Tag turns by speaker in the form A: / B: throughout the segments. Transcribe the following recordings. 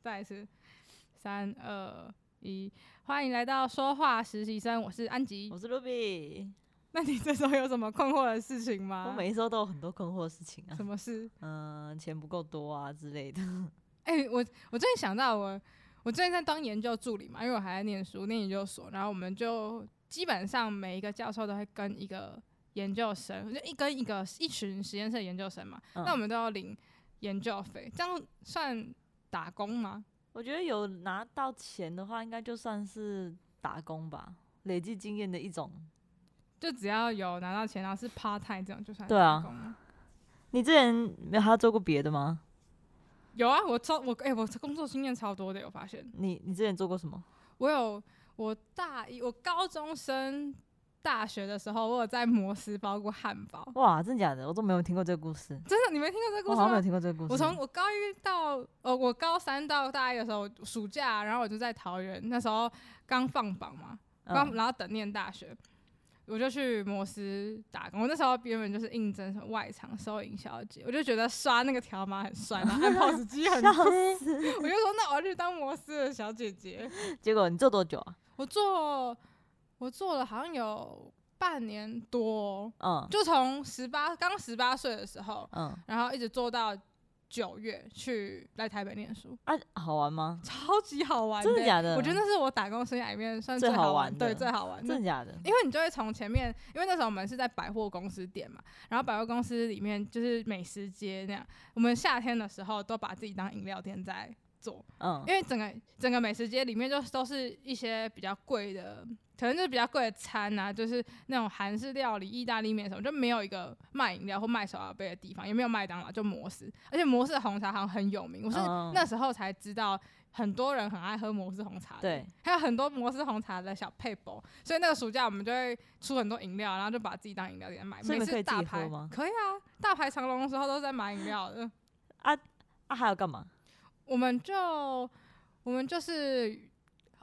A: 再一次，三二一，欢迎来到说话实习生，我是安吉
B: 我。是 Ruby，、
A: 那你这时候有什么困惑的事情吗？
B: 我每一周都有很多困惑的事情啊，
A: 什么事？
B: 嗯、钱不够多啊之类的。
A: 哎、我我最近想到我，我最近在当研究助理嘛，因为我还在念书，念研究所，然后我们就基本上每一个教授都会跟一个研究生，就一跟一个一群实验室的研究生嘛，
B: 嗯
A: 那我们都要领研究费，这样算打工吗？
B: 我觉得有拿到钱的话，应该就算是打工吧，累积经验的一种。
A: 就只要有拿到钱，然后是 part time 这样就算
B: 对啊
A: 打工吗
B: 你之前没有还要做过别的吗？
A: 有啊，我超我哎、我工作经验超多的，有发现。
B: 你你之前做过什么？
A: 我有我大一我高中升大学的时候，我有在摩斯包过汉堡。
B: 哇，真假的，我都没有听过这个故事。
A: 真的，你没听过这个故
B: 我
A: 事
B: 好像哦没有
A: 吗？
B: 听过这个故事。
A: 我从我高一到呃，我高三到大一的时候，暑假，然后我就在桃园，那时候刚放榜嘛，刚、
B: 嗯
A: 然后等念大学，我就去摩斯打工。我那时候原本就是应征什么外场收银小姐，我就觉得刷那个条码很帅，然后 按 POS 机很酷，
B: 笑
A: 我
B: 死！
A: 就说那我要去当摩斯的小姐姐。
B: 结果你做多久啊？
A: 我做我做了好像有半年多哦、
B: 嗯
A: 就从十八刚十八岁的时候，
B: 嗯，
A: 然后一直做到九月去来台北念书，
B: 啊，好玩吗？
A: 超级好玩、
B: 真的假的
A: 我觉得那是我打工生涯里面算
B: 最
A: 好
B: 好玩的
A: 对，最好玩的
B: 真的。假的？
A: 因为你就会从前面，因为那时候我们是在百货公司店嘛，然后百货公司里面就是美食街那样。我们夏天的时候都把自己当饮料店在做，
B: 嗯
A: 因为整个整个美食街里面就都是一些比较贵的，可能就是比较贵的餐啊，就是那种韩式料理、意大利面什么，就没有一个卖饮料或卖手摇杯的地方，也没有麦当劳，就摩斯。而且摩斯的红茶好像很有名，我是
B: 嗯嗯
A: 那时候才知道很多人很爱喝摩斯红茶的，
B: 对，
A: 还有很多摩斯红茶的小配博。所以那个暑假我们就会出很多饮料，然后就把自己当饮料店卖。
B: 所以
A: 每
B: 你们可
A: 次
B: 以自
A: 大
B: 己喝
A: 排
B: 吗
A: 可以啊，大排长龙的时候都是在买饮料的。
B: 啊，还有干嘛？
A: 我们就我们就是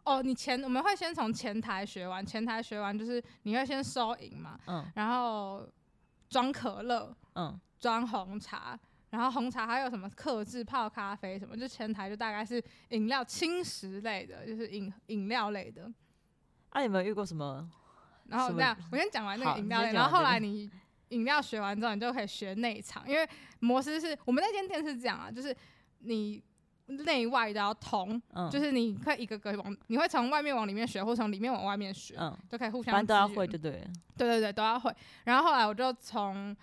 A: 哦，你前我们会先从前台学完，前台学完就是你会先收银嘛，
B: 嗯
A: 然后装可乐，
B: 嗯，
A: 装红茶。然后红茶还有什么克制泡咖啡什么，就前台就大概是饮料轻食类的，就是饮饮料类的。
B: 啊，有没有遇过什么？
A: 然后
B: 什
A: 这
B: 么
A: 样，我先讲完那
B: 好
A: 个饮料
B: 你
A: 类，
B: 先
A: 然
B: 讲
A: 后后
B: 完
A: 来
B: 这个
A: 你饮料学完之后，你就可以学内场，因为摩斯是我们那间店是这样啊，就是你内外都要通，
B: 嗯，
A: 就是你可以一个个往，你会从外面往里面学，或从里面往外面学，
B: 嗯，
A: 都可以互
B: 反
A: 相
B: 正都要
A: 支援
B: 会就对了。
A: 对对对，都要会。然后后来我就从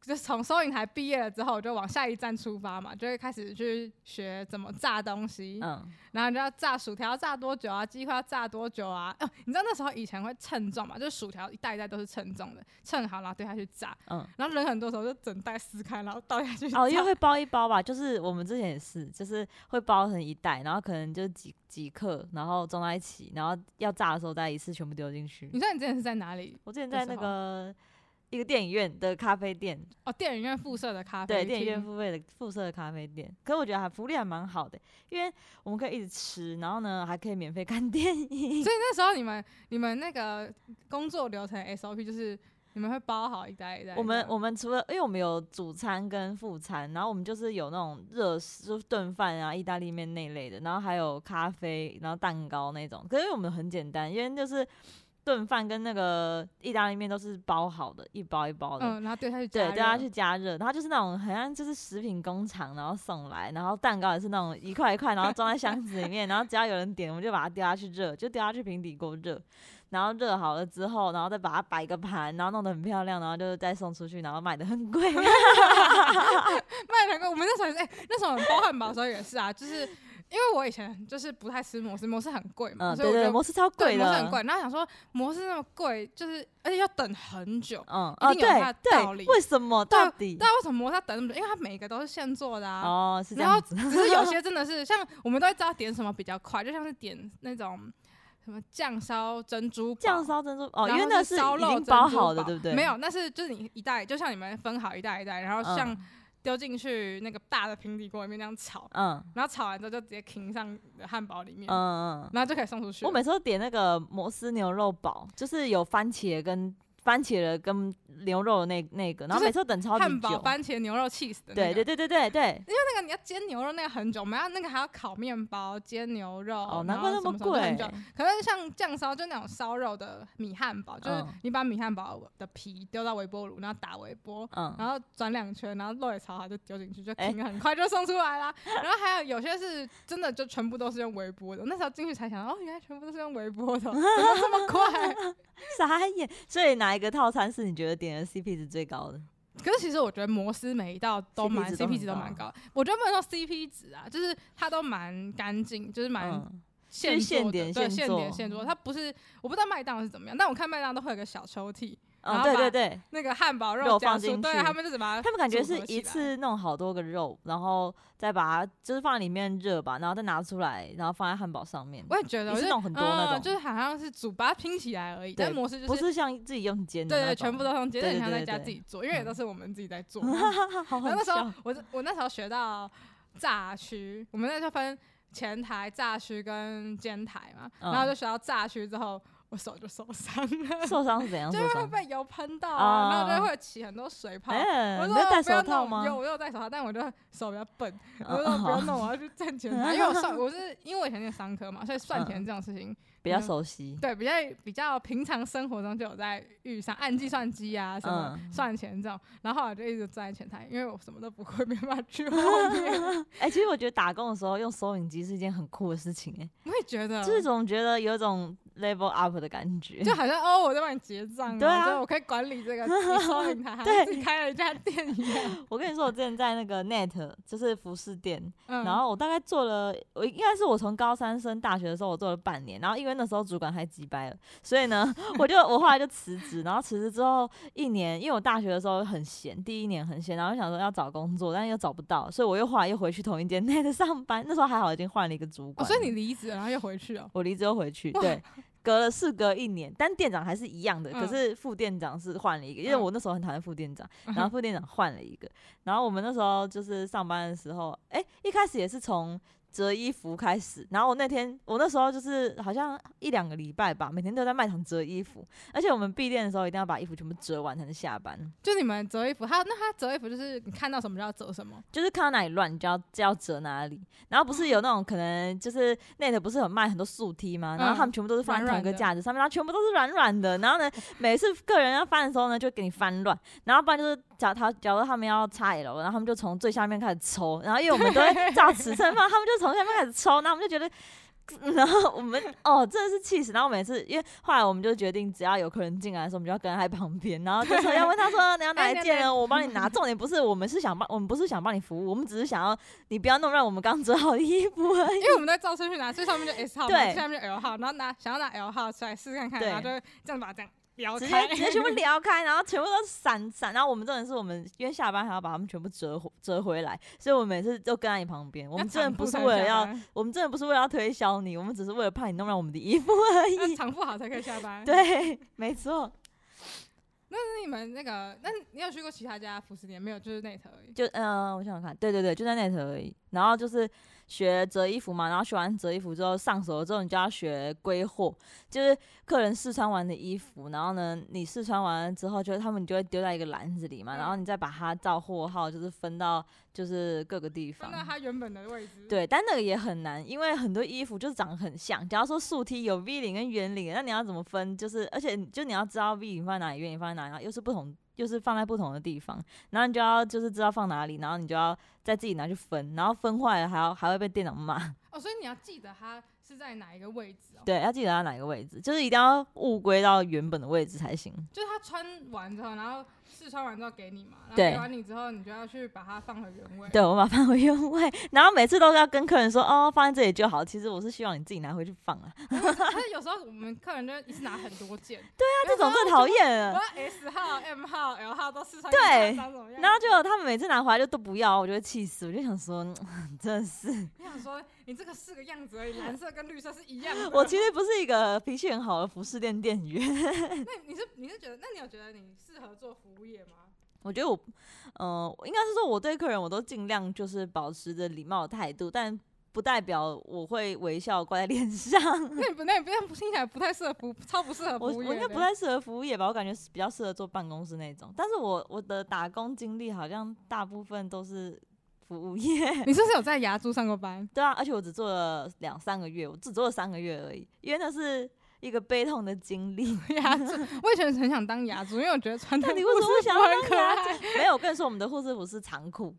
A: 就从收银台毕业了之后，我就往下一站出发嘛，就会开始去学怎么炸东西，
B: 嗯，
A: 然后你就要炸薯条要炸多久啊，鸡块要炸多久啊？哦，你知道那时候以前会称重嘛，就是薯条一袋一袋都是称重的，称好然后对下去炸，
B: 嗯，
A: 然后人很多时候就整袋撕开，然后倒下去炸。
B: 哦，因为会包一包吧，就是我们之前也是，就是会包成一袋，然后可能就几几克，然后装在一起，然后要炸的时候再一次全部丢进去
A: 你。知道你之前嗯是在哪里？
B: 我之前
A: 的
B: 在
A: 时
B: 那
A: 候
B: 个一个电影院的咖啡店，
A: 哦，电影院附设的咖啡
B: 对，电影院
A: 厅
B: 付费的附设的咖啡店，可是我觉得还福利还蛮好的，因为我们可以一直吃，然后呢还可以免费 看电影。
A: 所以那时候你们你们那个工作流程 SOP 就是你们会包好一袋一袋一袋。
B: 我们我们除了因为我们有主餐跟副餐，然后我们就是有那种热食就是炖饭啊、意大利面那一类的，然后还有咖啡，然后蛋糕那种。可是因为我们很简单，因为就是炖饭跟那个意大利面都是包好的，一包一包的。
A: 嗯，然后丢下去
B: 对，
A: 加
B: 大家
A: 热
B: 去加热，然后就是那种好像就是食品工厂，然后送来，然后蛋糕也是那种一块一块，然后装在箱子里面，然后只要有人点，我们就把它丢下去热，就丢下去平底锅热，然后热好了之后，然后再把它摆个盘，然后弄得很漂亮，然后就再送出去，然后卖的 很贵。
A: 卖两个。我们那时候也是哎、那时候我们包汉堡的时候也是啊，就是因为我以前就是不太吃摩斯，摩斯很贵嘛，
B: 嗯，
A: 所以
B: 对
A: 我
B: 对，
A: 就
B: 摩斯超
A: 对
B: 贵
A: 摩斯
B: 的
A: 很，贵。然后想说摩斯那么贵，就是而且要等很久。
B: 嗯，
A: 一
B: 哦，
A: 定有它
B: 对
A: 的道理
B: 对，为什么
A: 对
B: 到底？
A: 但为什么摩斯要等那么久？因为它每个都是现做的啊。
B: 哦，是这
A: 然后
B: 样
A: 只
B: 子，
A: 是有些真的是像我们都会知道点什么比较快，就像是点那种什么酱烧珍 珠堡
B: 酱烧珍珠哦，
A: 然
B: 因为
A: 后
B: 那
A: 是
B: 是
A: 烧
B: 已
A: 肉
B: 经
A: 珍
B: 包
A: 珠
B: 好的，
A: 堡
B: 对不对？
A: 没有，那是就是你一袋，就像你们分好一袋一袋，然后
B: 嗯
A: 像丢进去那个大的平底锅里面那样炒，
B: 嗯
A: 然后炒完之后就直接淋上你的汉堡里面，
B: 嗯嗯。
A: 然后就可以送出去了。
B: 我每次都点那个摩斯牛肉堡，就是有番茄跟番茄的跟牛肉的那那个，然
A: 就
B: 后
A: 是
B: 每次都等超级
A: 汉
B: 久
A: 堡、。番茄、牛肉、cheese 的、那个。
B: 对对对对对对，
A: 因为那个你要煎牛肉那个很久，我们要那个还要烤面包、煎牛肉，
B: 哦，
A: 然
B: 难
A: 后
B: 怪那
A: 什么
B: 么
A: 什么都
B: 贵
A: 很久。可是像酱烧就那种烧肉的米汉堡，就是
B: 嗯
A: 你把米汉堡的皮丢到微波炉，然后打微波。
B: 嗯，
A: 然后转两圈，然后肉也炒好就丢进去，就
B: 哎
A: 停，很快就送出来啦。然后还有有些是真的就全部都是用微波的，那时候进去才想到，哦，原来全部都是用微 波的，怎么这么快？
B: 傻眼。所以哪一个套餐是你觉得点的 CP 值最高的？
A: 可是其实我觉得摩斯每一道都
B: CP
A: 蛮
B: 值都
A: CP
B: 很
A: 值都蛮
B: 高
A: 高，我觉得不能说 CP 值啊，就是它都蛮干净，就是蛮
B: 嗯，
A: 现
B: 现
A: 做的
B: 点
A: 对
B: 现
A: 现
B: 做
A: 点现做，它不是我不知道麦当劳是怎么样，但我看麦当劳都会有个小抽屉，然
B: 哦，
A: 后
B: 对
A: 把
B: 对对，
A: 那个汉堡
B: 肉
A: 加
B: 放
A: 速，
B: 进
A: 对
B: 去
A: 他们就怎么
B: 他们感觉
A: 组
B: 是
A: 合起
B: 一
A: 来
B: 次弄好多个肉，然后再把它就是放在里面热吧，然后再拿出来，然后放在汉堡上面
A: 我，也觉得
B: 也
A: 我
B: 是
A: 就
B: 弄很多那
A: 嗯
B: 种
A: 就是好像是煮把它拼起来而已，
B: 对
A: 但模式就
B: 不
A: 是。
B: 是像自己用煎的
A: 对
B: 那
A: 对，
B: 种
A: 全部都用，其实很
B: 对对
A: 像在
B: 对
A: 家
B: 对
A: 自己做，因为也都是我们自己在做嘛。
B: 好
A: 然后
B: 好
A: 那时
B: 笑
A: 候，我就我那时候学到炸区，我们那时候分前台、炸区跟煎台嘛，
B: 嗯
A: 然后就学到炸区之后，我手就受伤了，
B: 受伤是怎 样
A: 就
B: 受
A: 因为会
B: 伤？
A: 被油喷到啊，然后
B: 啊
A: 就会起很多水泡。
B: 哎，
A: 我
B: 你
A: 说
B: 在
A: 我
B: 戴
A: 不要
B: 手套
A: 弄
B: 吗？
A: 有，我有戴手套，但我就手比较笨，我
B: 嗯
A: 就说
B: 嗯
A: 不要
B: 好
A: 弄，我要去赚钱。 因为我算我是因为我以前念商科嘛，所以算
B: 嗯
A: 钱这种事情，
B: 比较
A: 嗯
B: 熟悉。
A: 对比较比较平常生活中就有在遇上，按计算机啊什么
B: 嗯
A: 算钱这种。然后后来我就一直站在前台，因为我什么都不会，没办法去后面。
B: 哎，其实我觉得打工的时候用收银机是一件很酷的事情，哎，
A: 我也觉得
B: 就是总觉得有一种 level up 的感觉。
A: 嗯就好像哦，我在帮你结账啊，
B: 对啊
A: 所以我可以管理这个，你收银台，
B: 对
A: 自己开了一家店一样。
B: 我跟你说，我之前在那个 Net 就是服饰店，
A: 嗯，
B: 然后我大概做了，我应该是我从高三升大学的时候，我做了半年。然后因为那时候主管还急掰了，所以呢， 我就我后来就辞职。然后辞职之后一年，因为我大学的时候很闲，第一年很闲，然后想说要找工作，但又找不到，所以我又后来又回去同一间那个上班。那时候还好，已经换了一个主
A: 哦
B: 管了、
A: 所以你离职了，然后又回去哦。
B: 我离职又回去，
A: 哇
B: 对，隔了事隔一年，但店长还是一样的，可
A: 嗯
B: 是副店长是换了一个，因为
A: 嗯
B: 我那时候很讨厌副店长，然
A: 嗯
B: 后副店长换了一个，然后我们那时候就是上班的时候，哎、一开始也是从。折衣服开始，然后我那天我那时候就是好像一两个礼拜吧，每天都在卖场折衣服，而且我们闭店的时候一定要把衣服全部折完才能下班，
A: 就你们折衣服，他那他折衣服就是你看到什么就要折什么，
B: 就是看到哪里乱你就要就要折哪里。然后不
A: 啊
B: 是有那种可能就是 net 不是有卖很多速梯吗？然后
A: 嗯
B: 他们全部都是放在
A: 软
B: 同
A: 软
B: 一个
A: 的
B: 架子上面，然后全部都是软软的。然后呢，每次客人要翻的时候呢，就给你翻乱。然后不然就是假他假如他们要插 L，然后他们就从最下面开始抽。然后因为我们都会 照尺寸放，他们就从下面开始抽。那我们就觉得。嗯然后我们哦，真的是气死！然后每次，因为后来我们就决定，只要有客人进来的时候，我们就要跟在他旁边，然后就说要问他说你要哪
A: 哎
B: 一
A: 那
B: 件
A: 那
B: 呢？我帮你拿。重点不是我们是想帮，我们不是想帮你服务，我们只是想要你不要弄乱我们刚折好的衣服而已
A: 因。为我们在照顺序拿，最上面就 S 号，
B: 对
A: 然后下面就 L 号，然后拿想要拿 L 号出来试试看看，
B: 对
A: 然后就会这样把它这样撩
B: 直
A: 开
B: 接，直接全部撩开，然后全部都散散。然后我们重点是我们因为下班还要把他们全部折回折回来，所以我们每次都跟在你旁边。我们真的不是为了要，我们真的不是为了要推销你，我们只是为了怕你弄乱我们的衣服 而
A: 要
B: 已。
A: 偿付好才可以下班。，
B: 对，没错。
A: 那你们那个，那你有去过其他家服饰店没有？就是那头而已。
B: 就嗯、呃我想想看，对对对，就在那头而已。然后就是学折衣服嘛，然后学完折衣服之后上手了之后，你就要学归货，就是客人试穿完的衣服，然后呢，你试穿完了之后，就他们就会丢在一个篮子里嘛，然后你再把它照货号，就是分到就是各个地
A: 放
B: 方。
A: 到它原本的位置，，
B: 对，但那个也很难，因为很多衣服就是长得很像。假如说竖 T 有 V 领跟圆领，那你要怎么分？就是而且你就你要知道 V 领放在哪里，圆领放在哪里，然后又是不同，又是放在不同的地方，然后你就要就是知道放哪里，然后你就要再自己拿去分，然后分坏了还要还会被店长骂。
A: 哦，所以你要记得它是在哪一个位置哦。
B: 对，要记得要哪个位置，就是一定要物归到原本的位置才行。
A: 就是他穿完之后，然后试穿完之后给你嘛，然后
B: 对
A: 给完你之后，你就要去把它放回原位。
B: 对，我把它放回原位，然后每次都要跟客人说哦，放在这里就好。其实我是希望你自己拿回去放啊。
A: 可是有时候我们客人就一次拿很多件，
B: 啊那这
A: 啊
B: 种最讨厌
A: 我
B: 了。
A: 要 S 号、M 号、L 号都试穿，
B: 对
A: 看长怎么样
B: 然后就他们每次拿回来就都不要，我就会气死，我就想说，嗯真的是，
A: 你想说你这个是个样子而已，蓝色跟绿色是一样的。
B: 我其实不是一个脾气很好的服饰店店员，
A: 那你是你是觉得，那你有觉得你适合做服务业吗？
B: 我觉得我，呃，应该是说我对客人我都尽量就是保持着礼貌的态度，但。不代表我会微笑挂在脸上。
A: 那你不那你不那不听起来不太适合服，超不适合服
B: 我
A: 务业
B: 我应该
A: 的
B: 不太适合服务业吧，我感觉是比较适合做办公室那种。但是我我的打工经历好像大部分都是服务业，
A: 你是不是有在牙珠上过班？
B: 对啊，而且我只做了两三个月，我只做了三个月而已，因为那是一个悲痛的经历。
A: 牙珠，我以前很想当牙珠，因为我觉得穿
B: 那
A: 的
B: 你为什么会想要
A: 很可
B: 当牙
A: 爱，
B: 没有，我跟你说，我们的护士服是长裤，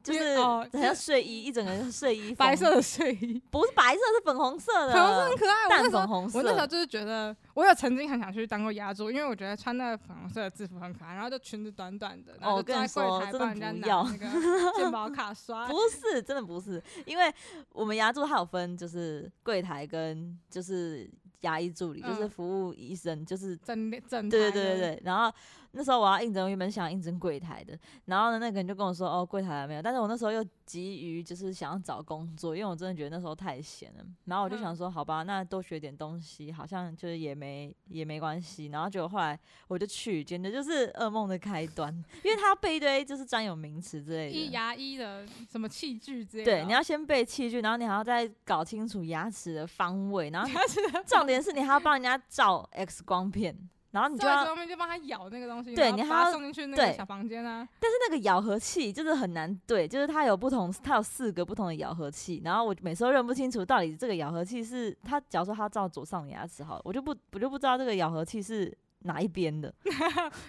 B: 就
A: 因为
B: 是
A: 哦
B: 很像睡衣，一整个睡衣风，
A: 白色的睡衣，
B: 不是白色，是粉红色的，
A: 粉红色很可爱。我那
B: 啊淡
A: 时候
B: 粉红色。
A: 我那时候就是觉得，我有曾经很想去当过压桌，因为我觉得穿那个粉红色的制服很可爱，然后就裙子短短的，然后
B: 哦我
A: 就
B: 跟
A: 坐
B: 你
A: 在柜台
B: 说
A: 帮人
B: 真的
A: 家拿
B: 不要
A: 那个健保 卡刷。
B: 不是，真的不是，因为我们牙柱它有分，就是柜台跟就是牙医助理，就是
A: 嗯
B: 服务医生，就是
A: 整整台
B: 对对对对
A: 的，
B: 对。然后那时候我要应征，我原本想应征柜台的，然后呢，那个人就跟我说，哦，柜台还没有。但是我那时候又急于就是想要找工作，因为我真的觉得那时候太闲了。然后我就想说，好吧，那多学点东西，好像就是也没也没关系。然后结果后来我就去，简直就是噩梦的开端，因为他背一堆就是专有名词之类的。
A: 医牙医的什么器具之类的。
B: 对，你要先背器具，然后你还要再搞清楚牙齿的方位，然后
A: 牙齿的
B: 重点是你还要帮人家照 X 光片，然后你就
A: 在
B: 要，
A: 后面就帮他咬那个东西，
B: 对
A: 然后
B: 你还
A: 把他
B: 要
A: 送进去那个
B: 对
A: 小房间啊。
B: 但是那个咬合器就是很难对，就是它有不同，它有四个不同的咬合器，然后我每次都认不清楚到底这个咬合器是它，假如说它照左上牙齿好了，我就不我就不知道这个咬合器是哪一边的，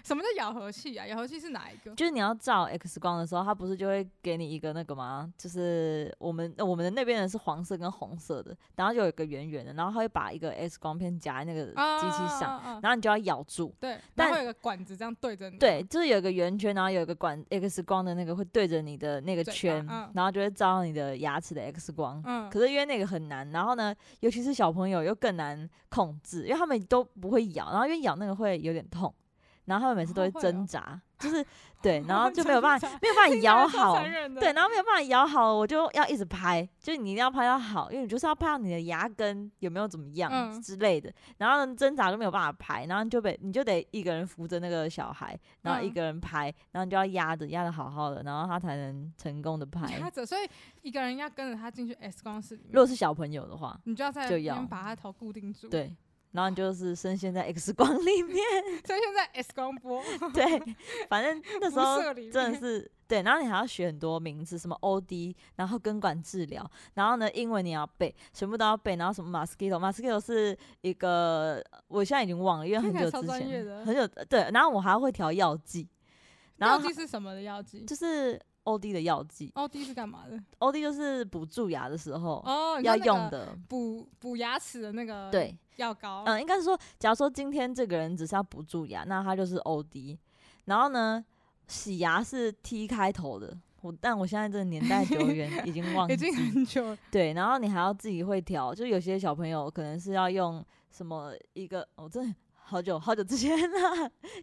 A: 什么叫咬合器啊？咬合器是哪一个？
B: 就是你要照 X 光的时候，它不是就会给你一个那个吗？就是我们呃我们的那边的是黄色跟红色的，然后就有一个圆圆的，然后它会把一个 X 光片夹在那个
A: 啊
B: 机器上，
A: 啊啊啊
B: 然后你就要咬住。
A: 对，然
B: 但
A: 后有一个管子这样对着你。
B: 对，就是有一个圆圈，然后有一个管 X 光的那个会对着你的那个
A: 嘴巴
B: 圈，
A: 嗯
B: 然后就会照到你的牙齿的 X 光。
A: 嗯，
B: 可是因为那个很难，然后呢，尤其是小朋友又更难控制，因为他们都不会咬，然后因为咬那个会有点痛，然后他们每次都
A: 哦
B: 会
A: 会哦
B: 挣扎，就是对，然 后就没有办法，
A: 法
B: 没有办法咬好，对，
A: 对，
B: 然后没有办法咬好，我就要一直拍，就是你一定要拍到好，因为你就是要拍到你的牙根有没有怎么样
A: 嗯
B: 之类的。然后呢挣扎都没有办法拍，然后你就被你就得一个人扶着那个小孩，然后一
A: 嗯
B: 个人拍，然后你就要压着压的好好的，然后他才能成功的
A: 压
B: 拍。
A: 着，所以一个人要跟着他进去 X 光室里面
B: 如果是小朋友的话，
A: 你就要在
B: 就
A: 那
B: 要
A: 边把他头固定住。，
B: 对。然后你就是深陷在 X 光里面，
A: 所以现在 X 光波
B: 对， 反正 那
A: 辐
B: 时候
A: 射里
B: 真的
A: 面
B: 是对，然后你还要学很多名字，什么 OD，然后根管治疗，然后呢英文你要背，全部都要背，然后什么 mosquito，mosquito 是一个我现在已经忘了，因为
A: 听
B: 很
A: 起来
B: 久
A: 超
B: 之
A: 专业
B: 前，
A: 的
B: 很久对，然后我还会调药剂，然
A: 药
B: 后
A: 剂是什么的药剂
B: 就是 OD 的药剂
A: ？OD 是干嘛的？
B: ，OD 就是补蛀牙的时候
A: 哦，你
B: 要
A: 说那
B: 用
A: 个
B: 的，
A: 补补牙齿的那个
B: 对，
A: 药膏。
B: 嗯，应该是说，假如说今天这个人只是要补蛀牙，那他就是 O D。然后呢，洗牙是 T 开头的，我但我现在这个年代久远，已经忘
A: 已
B: 记。
A: 经很久了，
B: 对，然后你还要自己会调，就有些小朋友可能是要用什么一个，我、真的好久好久之前了、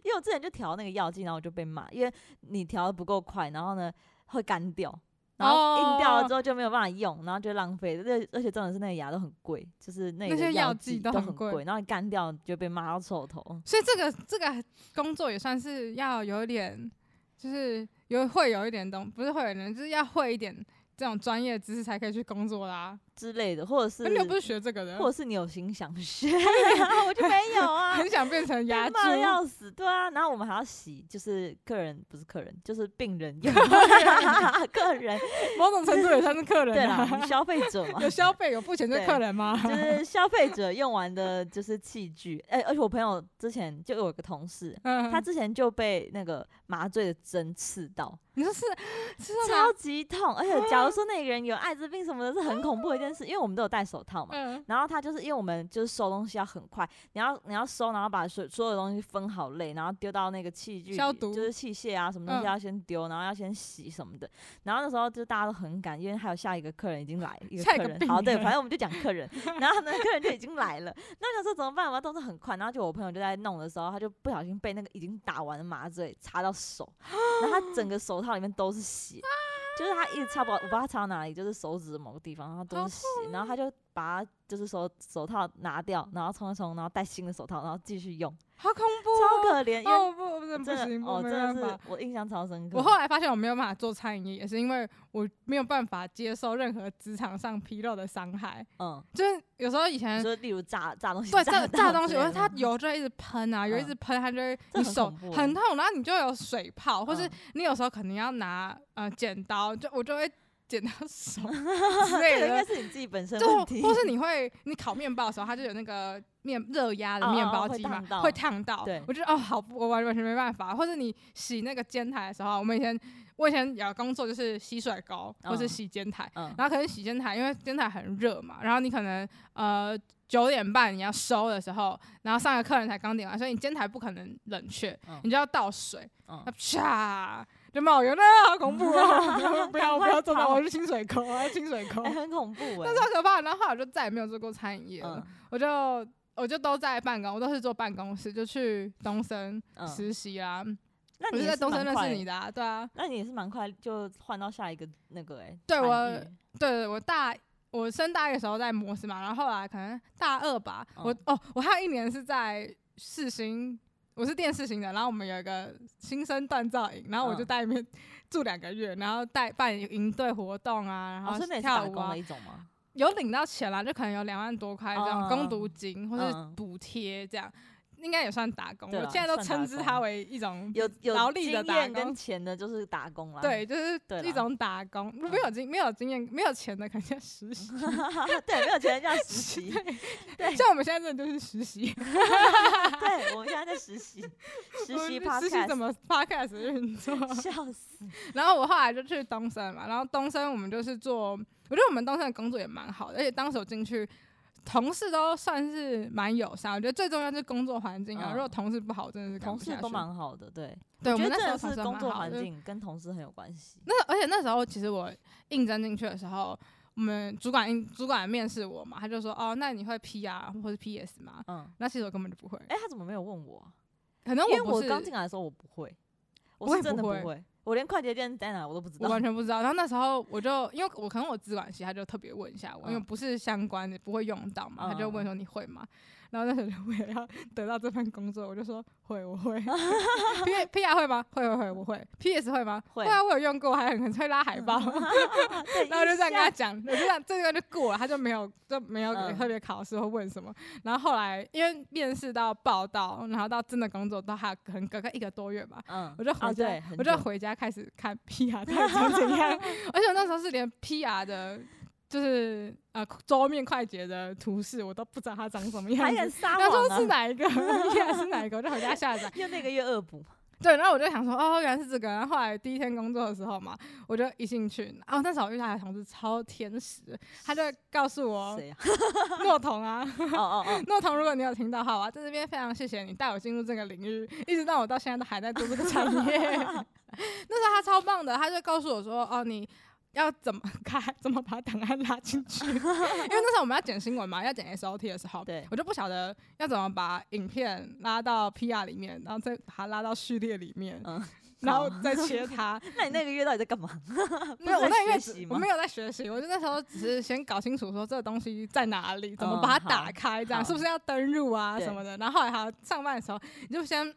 B: 因为我之前就调那个药剂，然后我就被骂，因为你调的不够快，然后呢会干掉。然后硬掉
A: 哦
B: 了之后就没有办法用，然后就浪费。而且而且重点是那个牙都很贵，就是那
A: 那
B: 个
A: 些药
B: 剂
A: 剂都
B: 都
A: 很
B: 很
A: 贵
B: 贵，然后你干掉就被骂到臭头。
A: 所以这个这个工作也算是要有一点，就是有会有一点东，不是会有一点，就是要会一点这种专业知识才可以去工作啦。
B: 之类的，或者是
A: 那你又不是学这个的，
B: 或者是你有心想 学，啊我就没有 啊，
A: 很想变成牙
B: 被
A: 猪，
B: 骂得要死，对啊。然后我们还要洗，就是客人不是客人，就是病人 用客人，
A: 某种程度也算是客
B: 对
A: 人
B: 啦，
A: 啊
B: 我。们消费者嘛
A: 有。消费有付钱就是客人吗？
B: 就是消费者用完的，就是器具。哎、而且我朋友之前就有个同事，
A: 嗯，
B: 他之前就被那个麻醉的针刺到，
A: 你说是是
B: 超级痛。而且假如说那个人有艾滋病什么的，是很恐怖的一件事，因为我们都有戴手套嘛。
A: 嗯，
B: 然后他就是因为我们就是收东西要很快，你要你要收，然后把所所有东西分好类，然后丢到那个器具里
A: 消毒
B: 就是器械啊什么东西
A: 嗯
B: 要先丢，然后要先洗什么的。然后那时候就大家都很赶，因为还有下一个客人已经来，一个
A: 下一
B: 客
A: 个
B: 人，
A: 病
B: 好对，
A: 人
B: 反正我们就讲 客人，然后呢客人就已经来了，那想说怎么办？我要动作很快，然后就我朋友就在弄的时候，他就不小心被那个已经打完的麻醉插到手，然后他整个手套里面都是血，就是他一直插不到，我不知道他插到哪里，就是手指的某个地方，然后都
A: 好啊
B: 是血，然后他就把他就是手手套拿掉，然后冲一冲，然后戴新的手套，然后继续用，
A: 好恐怖、
B: 超
A: 哦，
B: 可怜，因为
A: 哦不不，真的
B: 真
A: 不行，
B: 的哦，
A: 我没
B: 真
A: 办
B: 的
A: 法。
B: 是我印象超深刻。
A: 我后来发现我没有办法做餐饮业，也是因为我没有办法接受任何职场上纰漏的伤害。
B: 嗯，
A: 就是有时候以
B: 你
A: 前
B: 说例如炸炸东西，
A: 对
B: 炸
A: 炸
B: 到
A: 炸东西，
B: 之类
A: 我
B: 的
A: 说它
B: 吗
A: 油就会一直喷啊，油一
B: 嗯
A: 直喷，它就会
B: 这
A: 你
B: 很
A: 手
B: 恐怖欸
A: 很痛，然后你就有水泡，或是
B: 嗯
A: 你有时候可能要拿呃剪刀，就我就会剪到 手之类
B: 这个应该
A: 的。
B: 是你自己本身
A: 就
B: 问题，
A: 或是你会你烤面包的时候，它就有那个面热压的
B: 哦
A: 面
B: 哦
A: 包
B: 会
A: 机
B: 烫
A: 嘛，
B: 到
A: 会烫到。
B: 对
A: 我觉得哦，好不，我完完全没办法。或是你洗那个煎台的时候，我们以前我以前有工作就是洗水沟或是
B: 嗯
A: 洗煎台，
B: 嗯
A: 然后可能洗煎台，因为煎台很热嘛，然后你可能呃九点半你要收的时候，然后上个客人才刚点完，所以你煎台不可能冷却，
B: 嗯
A: 你就要倒水，
B: 嗯
A: 那啪就冒油了，好恐怖 哦！不要不
B: 赶快
A: 要做到，
B: 跑
A: 我是清水沟，我是清水 沟，
B: 哎
A: 那
B: 很恐怖哎，
A: 超可怕。然后后来我就再也没有做过餐饮业了，
B: 嗯
A: 我就。我就都在办公，我都是坐办公室，就去东森
B: 嗯
A: 实习啦。我
B: 那你
A: 是
B: 也
A: 在
B: 是
A: 东
B: 蛮
A: 森认
B: 快
A: 识你，的、啊，对啊。
B: 那你也是蛮快就换到下一个那个哎，
A: 对
B: 产
A: 我
B: 业
A: 对对，我大我升大一的时候在摩斯嘛，然后后来可能大二吧，
B: 嗯
A: 我哦，我还有一年是在世新，我是电视型的，然后我们有一个新生锻造营，然后我就
B: 嗯
A: 在里面 住两个月，然后带办营队活动啊，然
B: 哦，
A: 后
B: 所以那也是
A: 跳
B: 打
A: 舞
B: 工
A: 啊
B: 的，一种 吗？
A: 有领到钱啦，就可能有两万多块这样，
B: 嗯嗯
A: 工
B: 嗯
A: 读金或
B: 嗯
A: 是补贴这样，应该也算打工，
B: 对
A: 我
B: 啦
A: 现在都
B: 算
A: 称
B: 打
A: 之
B: 工
A: 它为一种
B: 有有
A: 劳力的
B: 经
A: 打
B: 验跟
A: 工
B: 钱的，就是打工啦。
A: 对，就是
B: 对
A: 一
B: 啦
A: 种打工，没有经没有经验没有钱的，肯定要实习。
B: 对，没有 钱叫实习。 对
A: 像我们现在真的就是实习，
B: 对，我们现在在 实习，实习 p o
A: 呃实习怎么 podcast 运作？
B: 笑死。
A: 然后我后来就去东森嘛，然后东森我们就是做，我觉得我们东森的工作也蛮好的，而且当时我进去。同事都算是蛮友善，我觉得最重要是工作环境啊。
B: 嗯
A: 如果同事不好，真的 是干
B: 同
A: 不
B: 事
A: 下
B: 都
A: 去
B: 蛮好的，对，
A: 对。我
B: 觉
A: 们
B: 得
A: 那时候同
B: 真的
A: 事
B: 是
A: 都
B: 工
A: 蛮
B: 作
A: 好
B: 环
A: 的
B: 境跟同事很有关系。
A: 那而且那时候其实我应征进去的时候，我们主管应主管面试我嘛，他就说哦，那你会 P R 或是 P S 吗？
B: 嗯，
A: 那其实我根本就不会，
B: 哎，他怎么没有问我啊？
A: 可能
B: 因为
A: 不
B: 我
A: 是
B: 刚进来的时候我不会，
A: 我
B: 我是
A: 也
B: 真
A: 不
B: 的不
A: 会
B: 会，我连快捷键在哪我都不知
A: 我
B: 道。
A: 完全不知道。然后那时候我就因为我可能我资管系，他就特别问一下我，因为
B: 嗯
A: 不是相关的，不会用到嘛，
B: 嗯
A: 他就问说你会吗？然后那时候就为了要得到这份工作，我就说会，我 会。P P R 会吗？会会会，我会。P S 会吗？
B: 会
A: 啊，我有用过，还很会拉海报。
B: 对
A: 嗯然后就这样跟他
B: 一下
A: 讲，我就这样这个就过了，他就没有就没有
B: 嗯
A: 特别考试或问什么。然后后来因为面试到报道，然后到真的工作都还有可能隔个一个多月吧，
B: 嗯
A: 我就
B: 啊
A: 回家，
B: 对，很
A: 我就
B: 久
A: 回家开始看 PR 到底长怎 样，而且我那时候是连 PR 的，就是呃桌面快捷的图示我都不知道它长什么
B: 还
A: 样
B: 敢
A: 子。
B: 撒
A: 他
B: 谎
A: 说
B: 啊
A: 是？哪一个，PR 是哪一个，我就回家下载。
B: 又那个又恶补，
A: 对，然后我就想说，哦，原来是这个。然后后来第一天工作的时候嘛，我就一进去，哦，那时候我遇到的同事超天使，他就告诉我
B: 谁啊？
A: 诺童啊，
B: 哦哦哦，
A: 诺童，如果你有听到的话，我要在这边非常谢谢你带我进入这个领域，一直到我到现在都还在做这个产 业。 那时候他超棒的，他就告诉我说：“哦，你要怎么开，怎么把档案拉进去？” 因为那时候我们要剪新闻嘛，要剪 SOT 的时候，
B: 对
A: 我就不晓得要怎么把影片拉到 PR 里面，然后再把它拉到序列里面，
B: 嗯
A: 然后再切它。
B: 那你那个月到底在干嘛？
A: 没有，我
B: 在
A: 那个月
B: 学习
A: 只
B: 吗
A: 我没有在学习，我就那时候只是先搞清楚说这个东西在哪里，怎么
B: 嗯
A: 把它
B: 好
A: 打开，这样
B: 好
A: 是不是要登入啊
B: 对
A: 什么的。然后后来还有上班的时候，你就先。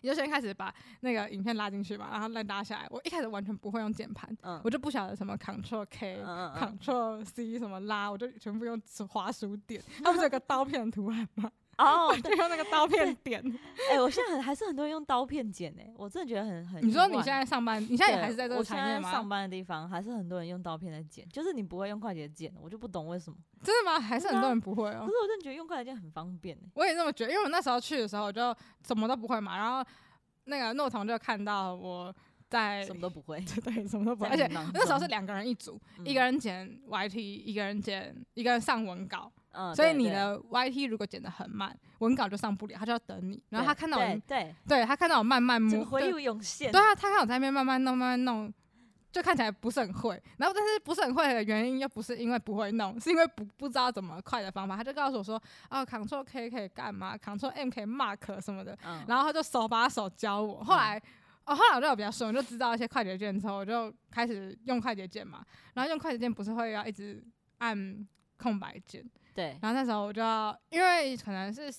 A: 你就先开始把那个影片拉进去嘛，然后再拉下来。我一开始完全不会用键盘，
B: 嗯
A: 我就不晓得什么 Control K、
B: 嗯嗯嗯
A: Control C 什么拉，我就全部用滑鼠点。它不是有个刀片图案吗？
B: 哦
A: 我，就用那个刀片点。
B: 哎、我现在很还是很多人用刀片剪呢、我真的觉得很很意外。
A: 你说你现在上班，你现在也
B: 对
A: 还是在这
B: 我
A: 个
B: 现
A: 产业
B: 在
A: 吗？
B: 上班的地方还是很多人用刀片在剪，就是你不会用快捷键，我就不懂为什么。
A: 真的吗？还是很
B: 真的
A: 多
B: 啊
A: 人不会哦、
B: 可是我真的觉得用快捷键很方便、欸、
A: 我也这么觉得，因为我那时候去的时候，我就什么都不会嘛。然后那个诺童就看到我在
B: 什么都不会。
A: 对什么都不会，而
B: 在
A: 且
B: 迷茫
A: 那时候
B: 中
A: 是两个人一组，
B: 嗯
A: 一个人剪 YT，一个人剪，一个人上文稿。
B: 嗯，
A: 所以
B: 对
A: 你
B: 对
A: 的 YT 如果剪得很慢，文稿就上不了，他就要等你。然后他
B: 对
A: 看到我，
B: 对
A: 对
B: 对，
A: 他看到我慢慢
B: 整
A: 摸
B: 个，回
A: 嗯对
B: 忆涌现。
A: 对啊，他看我在那边慢慢弄，慢慢弄。就看起来不是很会，然后但是不是很会的原因又不是因为不会弄，是因为不不知道怎么快的方法。他就告诉我说，哦，Ctrl K 可以干嘛，Ctrl M 可以 mark 什么的，
B: 嗯，
A: 然后他就手把手教我。后来，哦，后来我就有比较顺，我就知道一些快捷键之后，我就开始用快捷键嘛。然后用快捷键不是会要一直按空白键，
B: 对，
A: 然后那时候我就要，因为可能是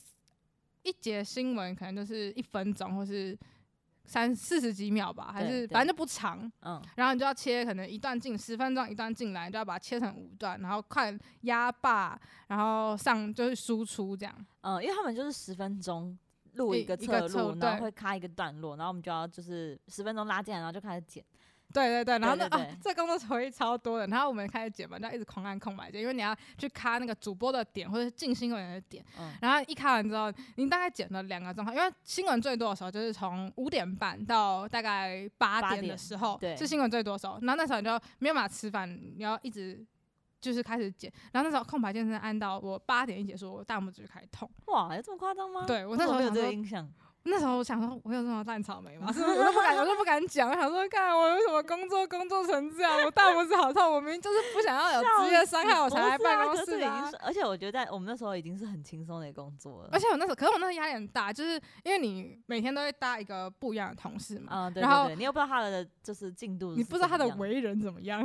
A: 一节新闻可能就是一分钟，或是三四十几秒吧，还
B: 对
A: 是
B: 对
A: 反正就不长。
B: 嗯，
A: 然后你就要切，可能一段进十分钟，一段进来，你就要把它切成五段，然后看压坝，然后上就是输出这样。
B: 嗯，因为他们就是十分钟录
A: 一
B: 一个
A: 一
B: 侧
A: 个侧
B: 录，然
A: 对
B: 后会卡一个段落，然后我们就要就是十分钟拉进来，然后就开始剪。
A: 对对对，然后那
B: 对对
A: 啊
B: 对，
A: 这工作回忆超多的。然后我们开始剪嘛，就要一直狂按空白键，因为你要去卡那个主播的点或者是进新闻的点。
B: 嗯，
A: 然后一卡完之后，你大概剪了两个钟头，因为新闻最多的时候就是从五点半到大概八
B: 八
A: 点的
B: 点
A: 时候，
B: 对
A: 是新闻最多的时候。然后那时候你就没有办法吃饭，你要一直就是开始剪。然后那时候空白键是按到我八点一结束，我大拇指就开始痛。
B: 哇，有这么夸张吗？
A: 对我
B: 我
A: 那时候
B: 没有
A: 想
B: 这个
A: 说，
B: 印象。
A: 那时候我想说，我有这么烂草莓吗？是 不是我都不敢，我都不敢讲，我想说，看我为什么工作工作成这样，我大拇指好痛，我明明就是不想要有职业伤害，我才来
B: 不是啊
A: 办公
B: 可是
A: 室
B: 已
A: 的啊、
B: 经是，而且我觉得在我们那时候已经是很轻松的工作了。
A: 而且我那时候，可是我那时候压力很大，就是因为你每天都会搭一个不一样的同事嘛，
B: 啊、对
A: 然
B: 对
A: 后
B: 对，你又不知道他的就是进度是
A: 你
B: 怎么样，
A: 不知道他的为人怎么 样，